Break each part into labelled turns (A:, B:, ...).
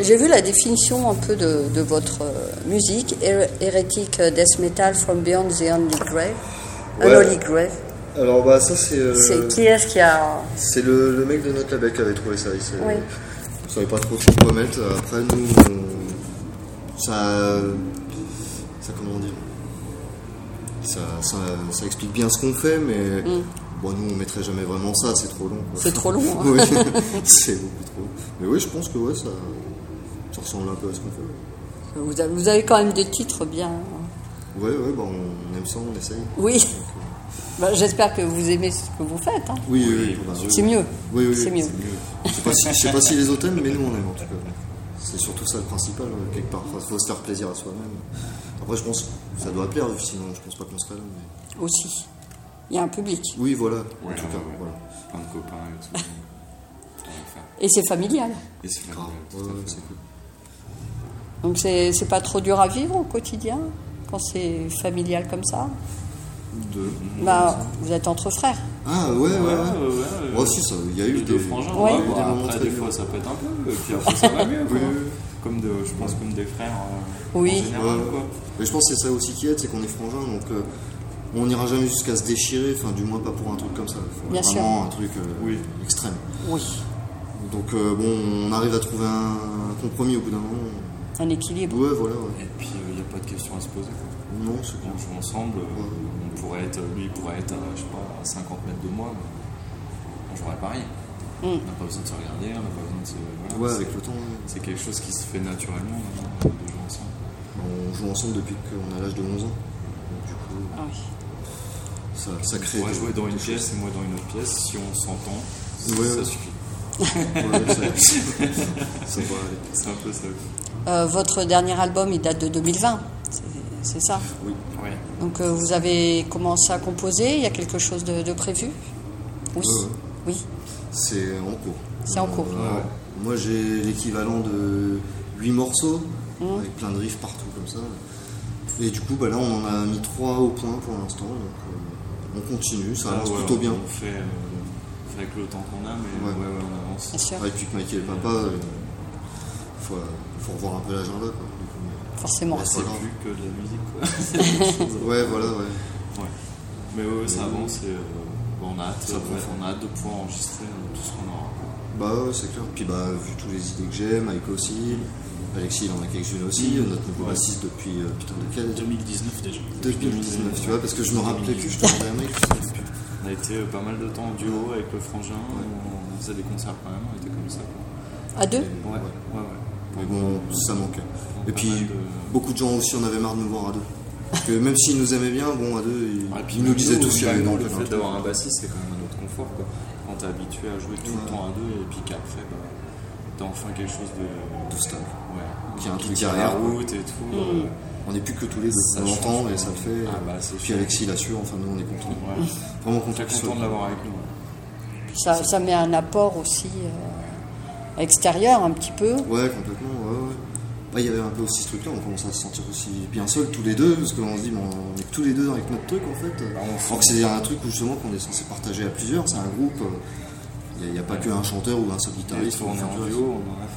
A: J'ai vu la définition un peu de, de votre euh, musique, hérétique death metal from beyond the only grave, unholy grave.
B: Alors bah ça c'est euh,
A: C'est qui est-ce qui a
B: c'est le, le mec de notre label qui avait trouvé ça. Il savait,
A: Oui.
B: il savait pas trop sur quoi mettre. Après nous, on- ça, ça comment dire, ça, ça, ça explique bien ce qu'on fait, mais bon nous on mettrait jamais vraiment ça, c'est trop long. quoi.
A: Mm. C'est trop long, hein.
B: oui, c'est beaucoup trop. long. Mais oui, je pense que ouais ça, ça ressemble un peu à ce qu'on fait. ouais.
A: vous, avez, vous avez quand même des titres bien. hein.
B: Ouais ouais bah on aime ça, on essaye. euh,
A: Oui. Bah, J'espère que vous aimez ce que vous faites. hein.
B: Oui oui, oui, bah, oui.
A: C'est mieux.
B: Oui, oui,
A: C'est
B: oui,
A: mieux.
B: Je sais pas si, je sais pas si les autres aiment, mais nous on aime en tout cas. C'est surtout ça le principal, euh, quelque part. Il faut se faire plaisir à soi-même. Après, je pense que ça doit plaire, sinon je pense pas qu'on serait là. mais-
A: Aussi. Il y a un public.
B: Oui, voilà, en
C: Ouais,
B: tout cas.
C: ouais, ouais.
B: Voilà.
C: Plein de copains et tout. On va faire.
A: Et c'est familial.
C: Et c'est
B: Grave.
C: familial, tout à
B: Ouais, ouais,
C: fait.
B: c'est cool.
A: Donc c'est c'est pas trop dur à vivre au quotidien quand c'est familial comme ça.
B: Deux.
A: Bah, vous êtes entre frères.
B: Ah, ouais, ouais,
C: Ouais,
B: ouais.
C: ouais, ouais.
B: Moi aussi, ça, il y a eu
C: Les deux
B: des.
C: frangins,
A: Ouais.
B: Il y
C: ouais,
B: a eu des
C: bah,
B: moments
C: après,
B: très
C: des
B: durs.
C: fois ça pète un peu, et puis après ça va mieux. quoi.
B: Oui, oui.
C: Comme de, je pense comme des frères euh,
A: Oui.
C: en général.
B: Ouais.
C: Quoi.
B: Mais je pense que c'est ça aussi qui aide, c'est qu'on est frangins, donc euh, on n'ira jamais jusqu'à se déchirer, enfin, du moins pas pour un truc comme ça. Faut
A: Bien
B: vraiment un truc euh,
C: Oui.
B: extrême.
A: Oui.
B: Donc, euh, bon, on arrive à trouver un compromis au bout d'un moment.
A: Un équilibre.
B: Ouais, voilà, ouais.
C: Et puis il n'y a pas de question à se poser. Quoi.
B: Non, c'est bien.
C: On joue ensemble, euh, on pourrait être, lui il pourrait être, euh, je sais pas, à 50 mètres de moi, mais on jouerait pareil. On n'a pas besoin de se regarder, on n'a pas besoin de se. voilà,
B: Ouais,
C: c'est-
B: avec le temps, ouais.
C: C'est quelque chose qui se fait naturellement maintenant, de jouer ensemble.
B: on joue ensemble depuis qu'on a l'âge de 11 ans. Donc, du coup,
A: Ah oui.
B: ça, ça crée.
C: On va
B: des-
C: jouer dans une pièce et moi dans une autre pièce, si on s'entend,
B: Ouais,
C: ça
B: ouais.
C: suffit.
B: Ouais, ça, ça va aller.
C: C'est un peu ça.
A: Euh, votre dernier album, il date de 2020. C'est- C'est ça.
B: Oui.
C: Ouais.
A: Donc euh, vous avez commencé à composer. Il y a quelque chose de, de prévu Oui.
B: Ouais, ouais.
A: Oui.
B: C'est en cours.
A: C'est en cours.
B: ouais. Moi, j'ai l'équivalent de 8 morceaux,
A: Mmh.
B: avec plein de riffs partout comme ça. Et du coup, bah, là, on en a mis 3 au point pour l'instant. Donc, euh, on continue, ça avance
C: Ah ouais,
B: plutôt bien.
C: On fait, euh, on fait avec le temps qu'on a, mais
B: Ouais.
C: ouais, ouais, on avance.
A: Bien sûr.
B: Ouais, depuis que Mikey est papa, euh, faut, euh, faut revoir un peu l'agenda. quoi. Du
A: Forcément.
B: Ouais,
C: C'est
B: Voilà.
C: plus que de la musique, quoi.
B: coup, Ouais, voilà, ouais.
C: Ouais. Mais ouais, ouais, ça avance et euh, on, a hâte,
B: Ça
C: euh,
B: prend
C: ouais, on a hâte de pouvoir enregistrer euh, tout ce qu'on aura.
B: Bah ouais, c'est clair. Puis bah vu toutes les idées que j'ai, Mike aussi, Alexis il en a quelques-unes aussi,
C: Mmh.
B: notre nouveau
C: Ouais.
B: bassiste depuis euh, putain de quel
D: 2019 déjà.
B: 2019, tu vois, parce que je me rappelais plus, je te demandais un mec, je savais plus.
C: On a été euh, pas mal de temps en duo avec le frangin, on, on faisait des concerts quand même, on était comme ça. Quoi.
A: À deux
C: Ouais, ouais, ouais.
B: Mais bon, ça manquait. Et
C: Pas
B: puis
C: mal de-
B: beaucoup de gens aussi en avaient marre de nous voir à deux. Parce que même s'ils nous aimaient bien, bon à deux, ils,
C: Ah, et puis
B: ils nous disaient
C: nous,
B: tous qu'il y avait
C: finalement,
B: dans
C: le
B: plein
C: fait
B: de trucs.
C: d'avoir un bassiste, c'est quand même un autre confort. Quoi. Quand t'es habitué à jouer tout
B: Ouais.
C: le temps à deux et puis qu'après, bah, t'as enfin quelque chose de.
B: Tout stable.
C: Ouais.
B: Qu'il y a un truc
C: tient la
B: derrière.
C: route et tout. euh,
B: hein. On n'est plus que tous les deux.
C: Ça
B: on
C: change,
B: l'entend
C: ouais.
B: et ça le fait.
C: Ah, bah, c'est
B: puis
C: sûr.
B: Alexis là-dessus, enfin nous on est contents.
C: ouais.
B: Vraiment contents
C: Très
B: qu'il soit-
C: content de l'avoir avec nous.
B: Ah
C: ouais.
A: ça, ça met un apport aussi euh, extérieur un petit peu.
B: Ouais, complètement, ouais, ouais. Bah, Il y avait un peu aussi ce truc-là, on commence à se sentir aussi bien seuls tous les deux, parce qu'on se dit, bon, on est que tous les deux avec notre truc en fait.
C: on
B: Alors que c'est un truc où justement qu'on est censé partager à plusieurs, c'est un groupe, il n'y a, pas que un chanteur ou un seul
C: Et
B: guitariste.
C: tout, on est
B: enfin,
C: en
B: tu vois,
C: duo, on en a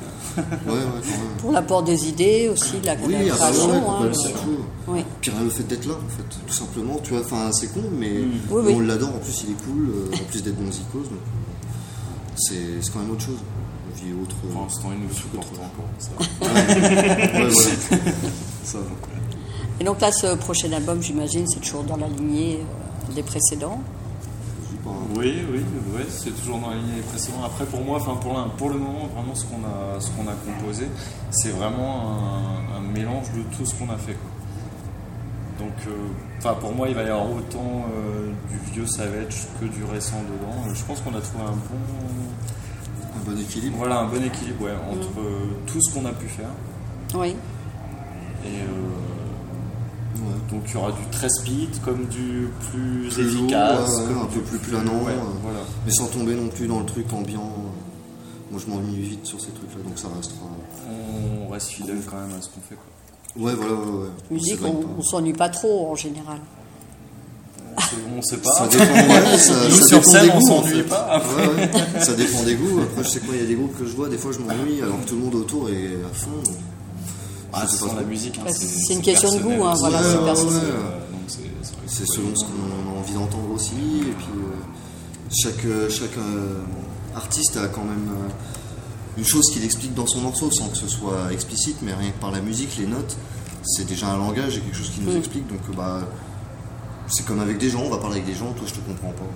C: fait.
B: Ouais, ouais, quand
A: Pour l'apport des idées aussi, de la, de la
B: même. Oui, après,
A: création.
B: ouais,
A: hein,
B: complètement,
A: le-
B: c'est tout.
A: Oui.
B: Puis rien, le fait d'être là en fait, tout simplement, tu vois, enfin c'est con, mais
A: Oui,
B: mais
A: oui.
B: on l'adore, en plus il est cool, euh, en plus d'être bon musicos, donc euh, c'est c'est quand même autre chose. On vit autre.
C: Pour l'instant, il nous supporte encore. Ça. va.
B: Ouais, voilà.
C: Ça va.
A: Et donc là, ce prochain album, j'imagine, c'est toujours dans la lignée euh, des précédents.
B: Je dis pas, hein.
C: Oui, oui, ouais, c'est toujours dans la ligne des précédents. Après, pour moi, enfin pour, la- pour le moment, vraiment ce qu'on a, ce qu'on a composé, c'est vraiment un, un mélange de tout ce qu'on a fait. quoi. Donc, euh, enfin pour moi, il va y avoir autant euh, du vieux Savage que du récent dedans. Euh, Je pense qu'on a trouvé un bon,
B: un bon équilibre.
C: voilà, un bon équilibre ouais, entre euh, tout ce qu'on a pu faire
A: Oui.
C: et euh,
B: Ouais.
C: Donc il y aura du très speed comme du plus,
B: Plus lourd,
C: efficace,
B: ouais,
C: comme
B: un
C: du
B: peu plus planant,
C: ouais,
B: euh.
C: voilà.
B: Mais sans tomber non plus dans le truc ambiant. euh, Moi, je m'ennuie vite sur ces trucs-là, donc ça restera. euh.
C: On reste fidèle quand même à ce qu'on fait. Quoi.
B: Ouais, voilà, ouais, ouais.
A: Musique,
B: C'est vrai
A: on
B: que pas-
A: on s'ennuie pas trop en général.
C: On s'é- On on sait pas.
B: Ça dépend, ouais, ça,
C: Nous,
B: ça
C: sur
B: dépend
C: scène,
B: des
C: on
B: goûts. en
C: s'ennuie
B: fait.
C: pas, après.
B: Ouais, ouais. Ça dépend des goûts. Après, je sais que moi, il y a des groupes que je vois, des fois, je m'ennuie alors que tout le monde autour est à fond. donc.
C: Ah,
B: Je sais
C: c'est
B: pas
C: pas la
B: trop.
C: musique. hein,
A: Ouais, Bah, c'est une question de
C: personnel
A: goût, hein,
C: aussi.
B: voilà, c'est
C: Ouais,
B: personnel.
C: ouais, ouais. Donc, c'est- c'est vrai que
B: C'est
C: c'est
B: selon ce qu'on a envie d'entendre aussi. Et puis, euh, chaque, euh, chaque euh, artiste a quand même euh, une chose qu'il explique dans son morceau, sans que ce soit explicite, mais rien que par la musique, les notes, c'est déjà un langage et quelque chose
A: Mm.
B: qui nous explique. Donc, euh, bah, c'est comme avec des gens, on va parler avec des gens, toi je te comprends pas.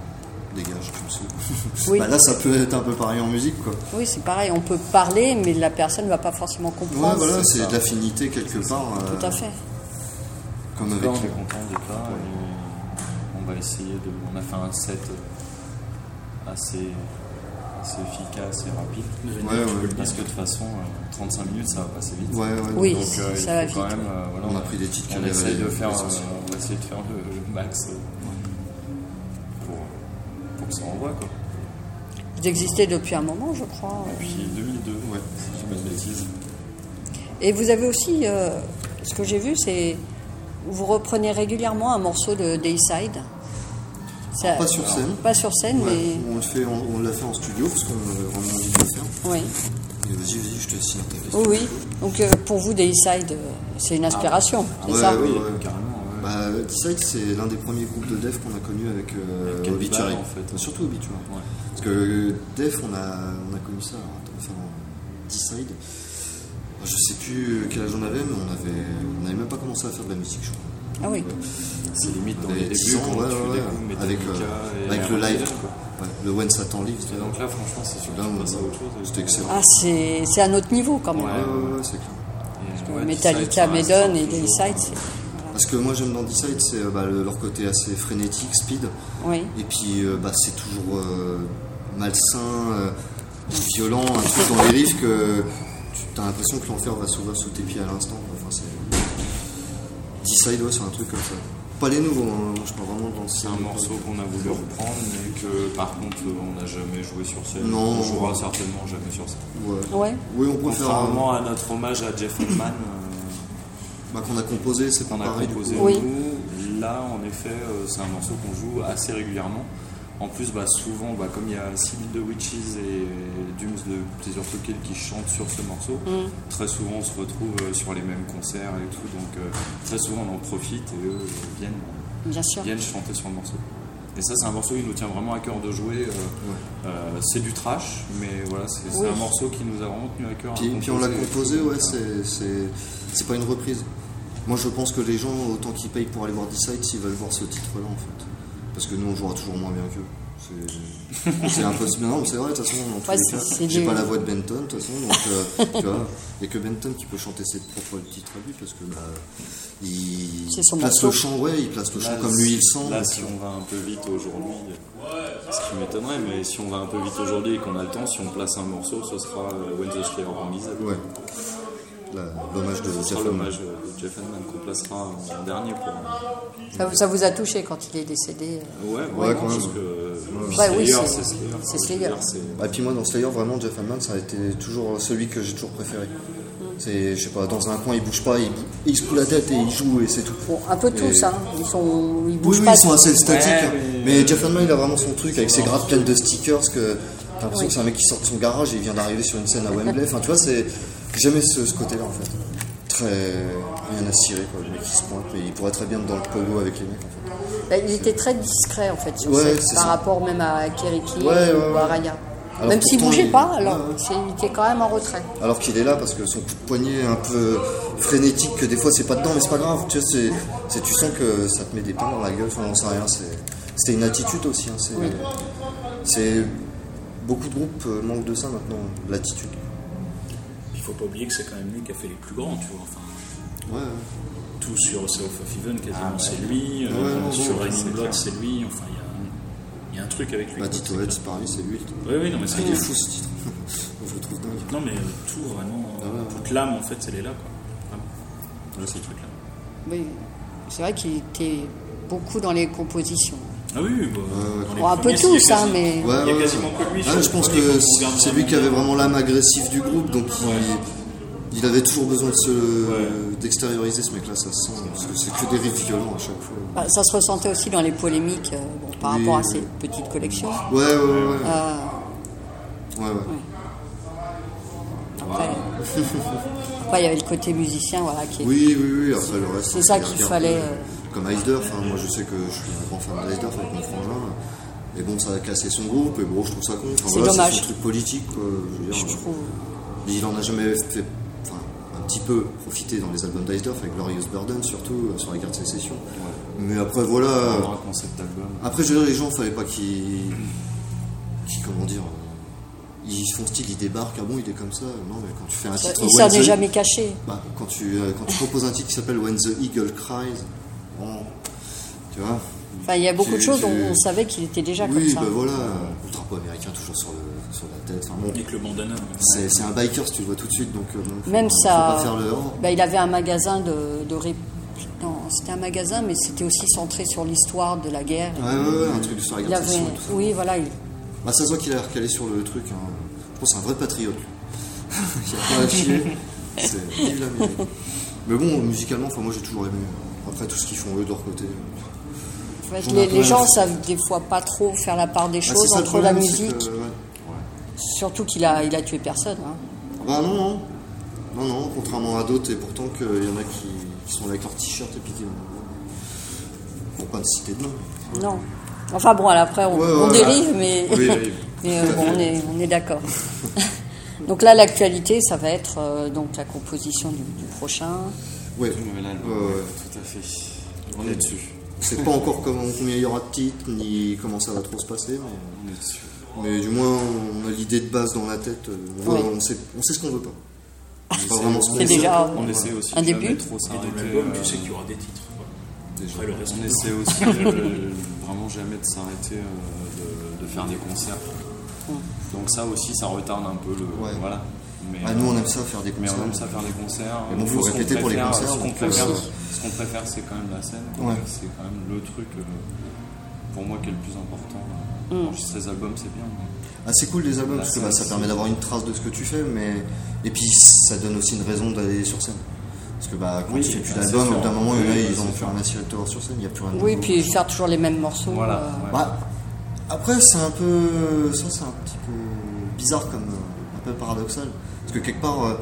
B: Dégage, tu me saoules.
A: Oui.
B: Bah, là, ça peut être un peu pareil en musique, quoi.
A: Oui, c'est pareil, on peut parler, mais la personne ne va pas forcément
B: Ouais,
A: comprendre.
B: voilà, c'est de l'affinité quelque part. euh,
A: Tout à fait.
B: Comme
C: Là,
B: avec.
C: on est content de pas. et On va essayer de. On a fait un set assez, assez efficace et rapide.
B: Ouais, ouais.
C: Parce que de toute façon, euh, 35 minutes, ça va passer vite.
B: Ouais, ouais,
A: Oui.
B: donc,
C: Donc, euh,
A: Ça
C: il
A: va
C: faut quand
A: vite,
C: même, euh, voilà,
B: On a pris des titres qui
C: On
B: avaient
C: essaye de
B: les-
C: faire,
B: les
C: euh,
B: sorties.
C: on va essayer de faire le, le max euh, pour, pour que ça envoie quoi.
A: Vous existez depuis un moment, je crois.
C: Depuis 2002, ouais, si je dis pas de bêtises.
A: Et vous avez aussi, euh, ce que j'ai vu, c'est vous reprenez régulièrement un morceau de Dayside. Ça-
B: pas sur scène.
A: Pas sur scène,
B: Ouais, on le fait, on, on l'a fait en studio parce qu'on avait vraiment envie de le faire.
A: mais oui.
B: Et vas-y, vas-y, je te signe ta liste.
A: Oui, oui. Donc euh, pour vous, Dayside, euh, c'est une inspiration, c'est
B: ouais,
A: ça
B: Ah. ouais,
C: Oui,
B: ouais.
C: carrément.
B: Bah,
C: ouais.
B: Decide, c'est l'un des premiers groupes de Def qu'on a connu avec, euh,
C: Avec
B: Obituary.
C: Obituary, en fait.
B: Surtout Obituary.
C: Ouais.
B: Parce que Def, on a, on a connu ça, alors, attends, enfin, Decide. Je sais plus euh, quel âge on avait, mais on avait, on n'avait même pas commencé à faire de la musique, je crois.
A: Ah oui.
C: C'est limite dans
B: On avait
C: les
B: 10
C: débuts
B: ans,
C: quand
B: ouais,
C: tu
B: ouais,
C: découvres
B: ouais. avec,
C: Metallica
B: euh,
C: et
B: avec le
C: Iron
B: live,
C: Maiden, quoi.
B: Ouais, le When Satan Lives.
C: Et donc là, franchement, c'est sûr.
B: Là,
C: qu'on
B: on-
C: passe à autre chose.
B: c'était excellent.
A: Ah, c'est c'est un autre niveau quand même.
B: Ouais, ouais, ouais, c'est clair.
C: Et,
A: Euh,
C: ouais,
A: Metallica,
C: Decide, ça
A: Maiden
C: reste
A: et
C: toujours-
A: Dayside, c'est...
B: Parce que moi j'aime dans Decide, c'est euh, bah, le- leur côté assez frénétique, speed.
A: Oui.
B: Et puis euh, bah, c'est toujours euh, malsain, euh, violent, un truc dans les riffs que tu as l'impression que l'enfer va s'ouvrir sous tes pieds à l'instant. quoi. Enfin, c'est- Decide, ouais, c'est un truc comme ça. Pas les nouveaux, hein. Moi, je parle vraiment de
C: C'est
B: l'ancien.
C: un morceau qu'on a voulu reprendre, mais que par contre, euh, on n'a jamais joué sur scène.
B: Non.
C: On jouera certainement jamais sur scène.
B: Ouais.
A: Ouais.
B: euh, Oui, on préfère.
C: Contrairement à notre hommage à Jeff Hoffman euh,
B: Bah, qu'on a composé, c'est pas
C: qu'on a
B: pareil. du
C: composé
B: coup.
A: Oui.
C: nous, là en effet euh, c'est un morceau qu'on joue assez régulièrement. En plus bah, souvent bah, comme il y a Sibyl de Witches et Dooms de Pleasure to Kill qui chantent sur ce morceau,
A: Hmm,
C: très souvent on se retrouve euh, sur les mêmes concerts et tout, donc euh, très souvent on en profite et eux euh, viennent,
A: Bien sûr.
C: viennent chanter sur le morceau. Et ça c'est un morceau qui nous tient vraiment à cœur de jouer. euh, euh, c'est du trash, mais voilà, c'est c'est
A: Oui.
C: un morceau qui nous a vraiment tenu à cœur. à
B: Puis, puis on l'a
C: composer.
A: euh,
B: composé, ouais, c'est- c'est c'est pas une reprise. Moi je pense que les gens, autant qu'ils payent pour aller voir Decide, s'ils veulent voir ce titre-là en fait. Parce que nous on jouera toujours moins bien qu'eux. C'est- C'est un peu. Non, mais c'est vrai, de toute façon, en tous
A: Ouais,
B: les
A: c'est-
B: cas,
A: c'est
B: j'ai
A: du-
B: pas la voix de Benton, de toute façon, donc euh, tu vois, il n'y a que Benton qui peut chanter ses propres titres à lui, parce que bah, il
A: C'est son
B: place
A: morceau.
B: le chant, ouais, il place le
C: Là,
B: chant comme lui il le sent.
C: Là,
B: donc,
C: si on va un peu vite aujourd'hui, ce qui m'étonnerait, mais si on va un peu vite aujourd'hui et qu'on a le temps, si on place un morceau, ce sera euh, When the Slayer Armies.
B: Ouais. Là, L'hommage de
C: Ce sera
B: Jeff Lomage.
C: l'hommage euh, de Jeff Hanneman qu'on placera en dernier pour. euh,
A: Ça, vous- ça vous a touché quand il est décédé euh,
C: Ouais,
B: Ouais, quand
C: parce
B: même.
C: que euh,
A: Bah oui,
C: Slayer,
A: c'est-
C: c'est Slayer.
A: c'est
C: Je veux
A: Slayer.
C: dire, c'est-
B: Et puis moi dans Slayer vraiment Jeff Hamman ça a été toujours celui que j'ai toujours préféré. C'est je sais pas dans un coin il bouge pas, il, il se pousse la tête et il joue et c'est tout.
A: Bon, un peu tous,
B: Et-
A: hein. Ils, sont, ils
B: Oui,
A: bougent
B: oui,
A: pas.
B: ils sont assez statiques.
C: Ouais,
B: hein.
C: mais-
B: mais... Jeff Hamman il a vraiment son truc avec ses grappes pleines de stickers que t'as l'impression que c'est un mec qui sort de son garage et il vient d'arriver sur une scène à Wembley. Enfin tu vois c'est jamais ce, ce côté-là en fait. Très rien à cirer quoi. Le mec qui se pointe mais il pourrait très bien être dans le polo avec les mecs en fait.
A: Bah, il était très discret en fait sur
B: Ouais,
A: scène,
B: c'est
A: par
B: ça.
A: rapport même à Keriki
B: Ouais, ouais,
A: ou à
B: ouais.
A: Raya.
B: Alors
A: même s'il
B: pourtant,
A: bougeait
B: il-
A: pas, alors
B: Ouais, ouais.
A: c'est- il était quand même en retrait.
B: alors qu'il est là parce que son coup de poignet un peu frénétique que des fois c'est pas dedans mais c'est pas grave tu, vois, c'est- c'est- tu sens que ça te met des pains dans la gueule enfin on sait rien c'est- c'était une attitude aussi hein, c'est c'est- beaucoup de groupes euh, manquent de ça maintenant l'attitude
D: Il faut pas oublier que c'est quand même lui qui a fait les plus grands, tu vois. Enfin,
B: ouais
D: tout sur Sea of Even, quasiment,
C: Ah ouais.
D: c'est lui. euh,
B: Ouais, non,
D: sur
B: bon,
D: Raining
C: c'est
D: Blood,
C: clair.
D: c'est lui. Enfin, il y a, il y a un truc avec lui.
B: bah Ah,
D: quoi,
B: Tito
D: c'est
B: Hetz, parmi c'est lui
D: clair. Oui, oui, non, mais c'est
B: il est fou ce titre je le trouve dingue
D: Non, mais euh, tout vraiment,
C: Ah
D: euh,
B: ouais, ouais.
D: toute l'âme en fait, elle est là, quoi. Vraiment. ce truc-là.
A: Oui, c'est vrai qu'il était beaucoup dans les compositions.
D: Ah oui, oui, bah, dans les
A: Bon, un peu
D: premiers, il y a
A: tous, hein,
D: quasi-
A: mais-
B: Ouais,
D: Il y a
B: ouais,
D: quasiment
B: ouais.
D: que lui.
B: Ah,
D: sur
B: je
D: le
B: pense
D: premier,
B: que
D: quand on regarde
B: c'est lui qui
D: vraiment
B: avait
D: bien.
B: vraiment l'âme agressive du groupe, donc il- Il avait toujours besoin de se- d'extérioriser ce mec-là, ça se sent, parce que c'est que des riffs violents à chaque fois.
A: Bah, ça se ressentait aussi dans les polémiques euh, bon, par
B: Oui,
A: rapport à
B: oui.
A: ses petites collections.
B: Ouais, ouais, ouais. ouais.
A: Ah.
B: Ouais, ouais.
A: Après, après, il y avait le côté musicien, voilà, qui est-
B: Oui, oui, oui, après le reste.
A: C'est ça
B: il
A: qu'il
B: regarde,
A: fallait,
B: euh,
A: euh.
B: Comme Heisdorf, hein, moi je sais que je suis un grand fan d'Heisdorf avec mon frangin. Et bon, ça a cassé son groupe, et bon, je trouve ça con. Enfin,
A: C'est
B: voilà,
A: dommage.
B: C'est son truc politique, quoi. Je veux dire, euh.
A: je trouve.
B: Mais il en a jamais fait, enfin, un petit peu profité dans les albums d'Eisdorf, avec Glorious Burden surtout, euh, sur la carte de sécession. Mais après, voilà.
C: On aura un concept d'album.
B: Après, je veux dire, les gens, fallait pas qu'ils. qu'ils, comment dire. Ils font style, ils débarquent, ah bon, il est comme ça. Non, mais quand tu fais un titre.
A: Il s'en
B: When
A: est
B: the-
A: jamais caché.
B: bah, quand, tu, euh, quand tu proposes un titre qui s'appelle When the Eagle Cries, bon, tu vois.
A: Enfin, il y a beaucoup
B: Tu-
A: de choses dont
B: tu-
A: on savait qu'il était déjà comme
B: Oui,
A: ça.
B: bah voilà, le drapeau américain toujours sur, le, sur la tête. Enfin, bon,
D: Avec le bandana.
B: c'est c'est un biker si tu le vois tout de suite, donc euh, bon, faut-
A: Même
B: faut
A: ça.
B: pas faire le. oh,
A: bah, il avait un magasin de. de ré- non, c'était un magasin, mais c'était aussi centré sur l'histoire de la guerre.
B: Ouais, ouais, ouais, un truc sur la
A: Il
B: garde
A: avait.
B: et tout ça.
A: Oui, voilà. il-
B: Bah, ça se voit qu'il a recalé sur le truc. hein. Je pense que c'est un vrai patriote. lui. il a pas à chier. C'est- vive la musique. Mais bon, musicalement, enfin, moi j'ai toujours aimé. Après tout ce qu'ils font eux de leur côté.
A: en fait,
B: J'en ai
A: les,
B: un peu
A: les
B: la
A: gens
B: même.
A: savent des fois pas trop faire la part des
B: Ah,
A: choses
B: c'est ça le
A: entre la
B: problème, c'est
A: musique,
B: que, ouais.
A: surtout qu'il a, il a tué personne. hein.
B: Bah non, non. Non, non, contrairement à d'autres, et pourtant qu'il y en a qui, qui sont là avec leur t-shirt et puis qui Pour pas de citer de nom.
A: Non. Enfin bon, alors après, on,
B: Ouais,
A: on
B: ouais,
A: dérive,
B: ouais.
A: mais,
B: Oui, oui.
A: mais, euh, bon, on est, on est d'accord. donc là, l'actualité, ça va être euh, donc la composition du, du prochain.
B: Ouais.
C: Le nouvel album,
B: Ouais, ouais.
C: tout à fait. On est dessus.
B: C'est pas encore comment, combien il y aura de titres, ni comment ça va trop se passer, mais,
C: On est dessus.
B: mais du moins on a l'idée de base dans la tête. euh, On, voit-
A: Ouais.
B: on sait, on sait ce qu'on veut pas. C'est pas
C: essaie-
B: vraiment ce qu'on
A: C'est
B: essaie.
A: déjà-
C: On essaie aussi
A: Un
C: de
A: début.
C: jamais trop s'arrêter,
D: Et dans l'album,
C: euh,
D: tu sais qu'il y aura des titres. quoi.
B: Déjà.
D: Après, le reste,
C: On essaie aussi euh, vraiment jamais de s'arrêter euh, de, de faire des concerts. Donc ça aussi, ça retarde un peu le.
B: Ouais.
C: Voilà. Mais, euh,
B: Ah, nous on aime ça faire des
C: mais
B: concerts.
C: on aime ça faire des concerts.
B: Mais bon, faut
C: Nous, ce qu'on
B: répéter pour les
C: préfère-
B: concerts,
C: Ce qu'on
B: donc,
C: préfère,
B: aussi.
C: ce qu'on préfère, c'est quand même la scène.
B: Ouais.
C: C'est quand même le truc euh, pour moi qui est le plus important. Enregistrer ces albums, c'est bien. mais
B: Ah, c'est cool les albums,
C: Bah,
B: parce que
C: ça,
B: bah, ça
C: c'est-
B: permet d'avoir une trace de ce que tu fais, mais et puis ça donne aussi une raison d'aller sur scène. Parce que bah, quand
C: Oui,
B: tu fais plus
C: bah,
B: d'albums,
C: c'est
B: au bout d'un
C: sûr.
B: moment,
C: Oui,
B: là,
C: bah,
B: ils
C: c'est
B: ont
C: sûr.
B: fait un assiette tour sur scène, il n'y a plus rien de
A: Oui,
B: nouveau.
A: puis faire toujours les mêmes morceaux.
C: Voilà.
A: euh,
C: ouais.
B: Bah, après, c'est un peu. Ça, c'est un petit peu bizarre comme. euh, un peu paradoxal. Parce que quelque part, euh,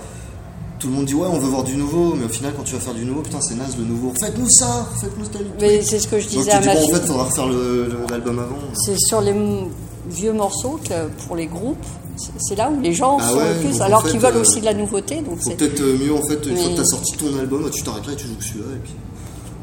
B: tout le monde dit ouais, on veut voir du nouveau, mais au final, quand tu vas faire du nouveau, putain, c'est naze le nouveau. Faites-nous ça Faites-nous tel truc.
A: Mais c'est ce que je
B: Donc,
A: disais
B: tu
A: à
B: dis,
A: ma
B: bon,
A: fille.
B: en fait, faudra refaire le- le- l'album avant.
A: C'est sur les m- vieux morceaux que pour les groupes, c'est- c'est là où les gens
B: Ah
A: sont
B: ouais,
A: le plus,
B: donc en
A: alors
B: fait,
A: qu'ils veulent
B: euh,
A: aussi de la nouveauté. Donc
B: Faut
A: c'est-
B: peut-être euh, mieux, en fait, une
A: Mais-
B: fois que t'as sorti ton album, tu t'arrêtes là et tu joues que celui-là, et puis.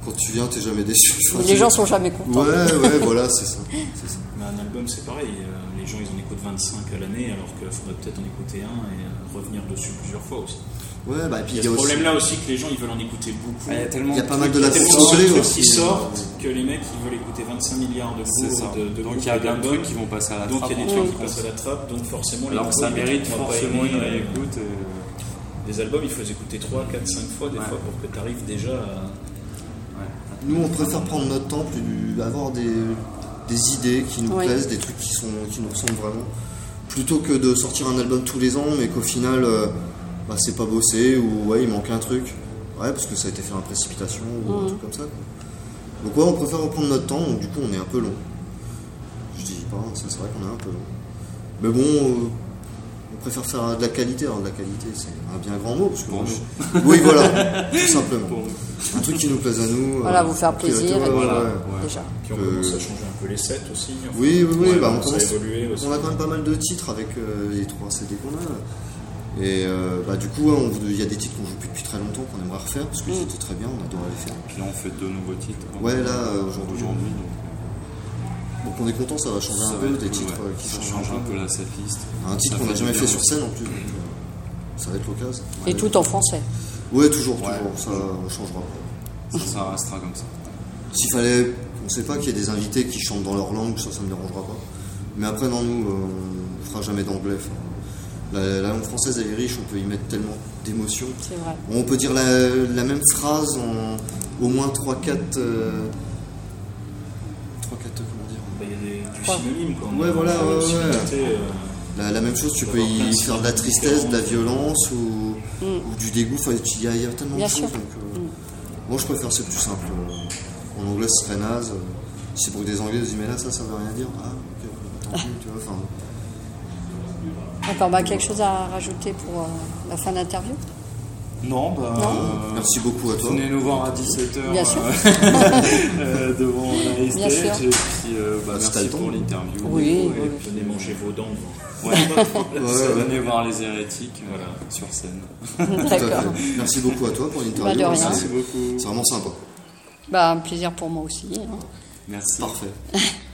B: Quand tu viens, t'es jamais déçu. Enfin,
A: les
B: tu-
A: gens sont jamais contents.
B: Ouais, ouais, voilà, c'est ça. C'est ça.
D: Mais un album, c'est pareil. euh, Les gens, ils en écoutent 25 à l'année, alors qu'il faudrait peut-être en écouter un et euh, revenir dessus plusieurs fois aussi.
B: Ouais, bah, et puis
D: Il y a ce problème-là aussi que les gens, ils veulent en écouter beaucoup.
C: Il y a tellement
B: Il y a pas
C: trucs
B: mal de
D: Il y
B: la
D: a tellement
B: sauce
D: de
B: brûlée
D: trucs qui
B: aussi.
D: sortent que les mecs, ils veulent écouter 25 milliards de
C: C'est ça.
D: groupes,
B: euh,
D: de, de
C: Donc
D: groupes
C: il y a
D: et
C: plein de
D: d'albums.
C: trucs qui vont passer à la
D: Donc
C: trappe.
D: il y a des trucs qui passent à la trappe, donc forcément les
C: Alors que
D: nouveaux,
C: ça mérite
D: on va pas
C: forcément
D: aimer,
C: une
D: euh,
C: réécoute. et-
D: Des albums, il faut les écouter 3, 4, 5 fois des
C: Ouais.
D: fois pour que tu arrives déjà à...
B: Nous, on préfère prendre notre temps, plus avoir des, des idées qui nous
A: Oui.
B: plaisent, des trucs qui, sont, qui nous ressemblent vraiment, plutôt que de sortir un album tous les ans, mais qu'au final, euh, bah, c'est pas bossé, ou ouais, il manque un truc. Ouais, parce que ça a été fait en précipitation, ou
A: Mmh.
B: un truc comme ça. quoi. Donc, ouais, on préfère reprendre notre temps, donc du coup, on est un peu long. Je dis pas, ça c'est vrai qu'on est un peu long. Mais bon, euh, on préfère faire de la qualité. Alors, de la qualité, c'est un bien grand mot, parce que moi, je- Oui, voilà, tout simplement. Un truc qui nous plaise à nous. euh,
A: Voilà, vous faire
B: qui- ouais,
A: plaisir,
B: ouais,
A: et puis-
B: ouais.
A: Déjà.
D: Qui ont
B: Euh,
D: commencé à changer un peu les sets aussi. enfin,
B: Oui, oui, oui,
D: ouais,
B: bah, on
D: ça a
B: commence-
D: évolué aussi.
B: On a quand même pas mal de titres avec euh, les trois CD qu'on a. Et euh, bah, du coup, ouais, on voudrait- il y a des titres qu'on joue plus depuis très longtemps, qu'on aimerait refaire, parce
A: Mm.
B: qu'ils étaient très bien, on adorait les faire.
C: Puis là, on fait deux nouveaux titres.
B: Ouais, là, euh, aujourd'hui.
C: Aujourd'hui, donc,
B: Donc on est content, ça va changer
C: ça
B: un
C: va
B: peu,
C: être
B: des
C: cool,
B: titres
C: ouais.
B: euh, qui
C: Ça
B: changent
C: change un peu la setlist.
B: Un titre
C: Ça
B: qu'on n'a
C: du
B: jamais
C: bien.
B: fait sur scène en plus, donc, euh, ça va être l'occasion.
A: Et tout en français.
B: Ouais, toujours,
C: Ouais.
B: toujours, ça on changera pas.
C: Ça, ça restera comme ça.
B: S'il fallait, on sait pas qu'il y ait des invités qui chantent dans leur langue, ça, ça me dérangera pas. Mais après, non, nous, euh, on fera jamais d'anglais. enfin, La, la langue française, elle est riche, on peut y mettre tellement d'émotions.
A: C'est vrai.
B: On peut dire la, la même phrase en au moins 3-4. euh, 3-4, comment dire
D: Bah, Il y a des, du
A: Trois.
D: synonyme. Quoi.
B: Ouais, voilà,
D: On a
B: ouais,
D: aussi
B: ouais.
D: écouté, euh,
B: La, la même chose, tu
D: peut
B: peux
D: avoir plein
B: y
D: de
B: faire de la
D: situations
B: tristesse, de la
D: différentes.
B: violence ou, ou du dégoût. Enfin, il y, a- il y a tellement
A: Mm. Bien
B: de choses.
A: sûr. Mm.
B: donc, euh, Moi, je préfère c'est plus simple. En anglais, ce serait naze. C'est pour que des anglais, ils disent mais là, ça, ça veut rien dire. Ah, ok, tant pis, tu vois. Enfin,
A: D'accord, bah, quelque chose à rajouter pour euh, la fin de l'interview
C: Non, bah. euh,
B: merci beaucoup à toi.
C: Venez nous voir à 17h
A: Bien sûr.
C: euh, devant la
A: Bien
C: stage
A: sûr.
C: et puis euh, bah,
B: Bah, si t'as
C: merci
B: le temps.
C: pour l'interview.
A: Oui,
C: Et
A: oui.
C: puis,
D: Venez manger vos dents.
C: ouais, venez voir les hérétiques euh, sur scène.
B: Tout à fait.
A: D'accord.
B: Merci beaucoup à toi pour
A: Bah, de
B: l'interview.
A: rien.
B: C'est-
C: Merci beaucoup.
B: C'est vraiment sympa.
A: Bah, un plaisir pour moi aussi. hein.
C: Merci.
B: Parfait.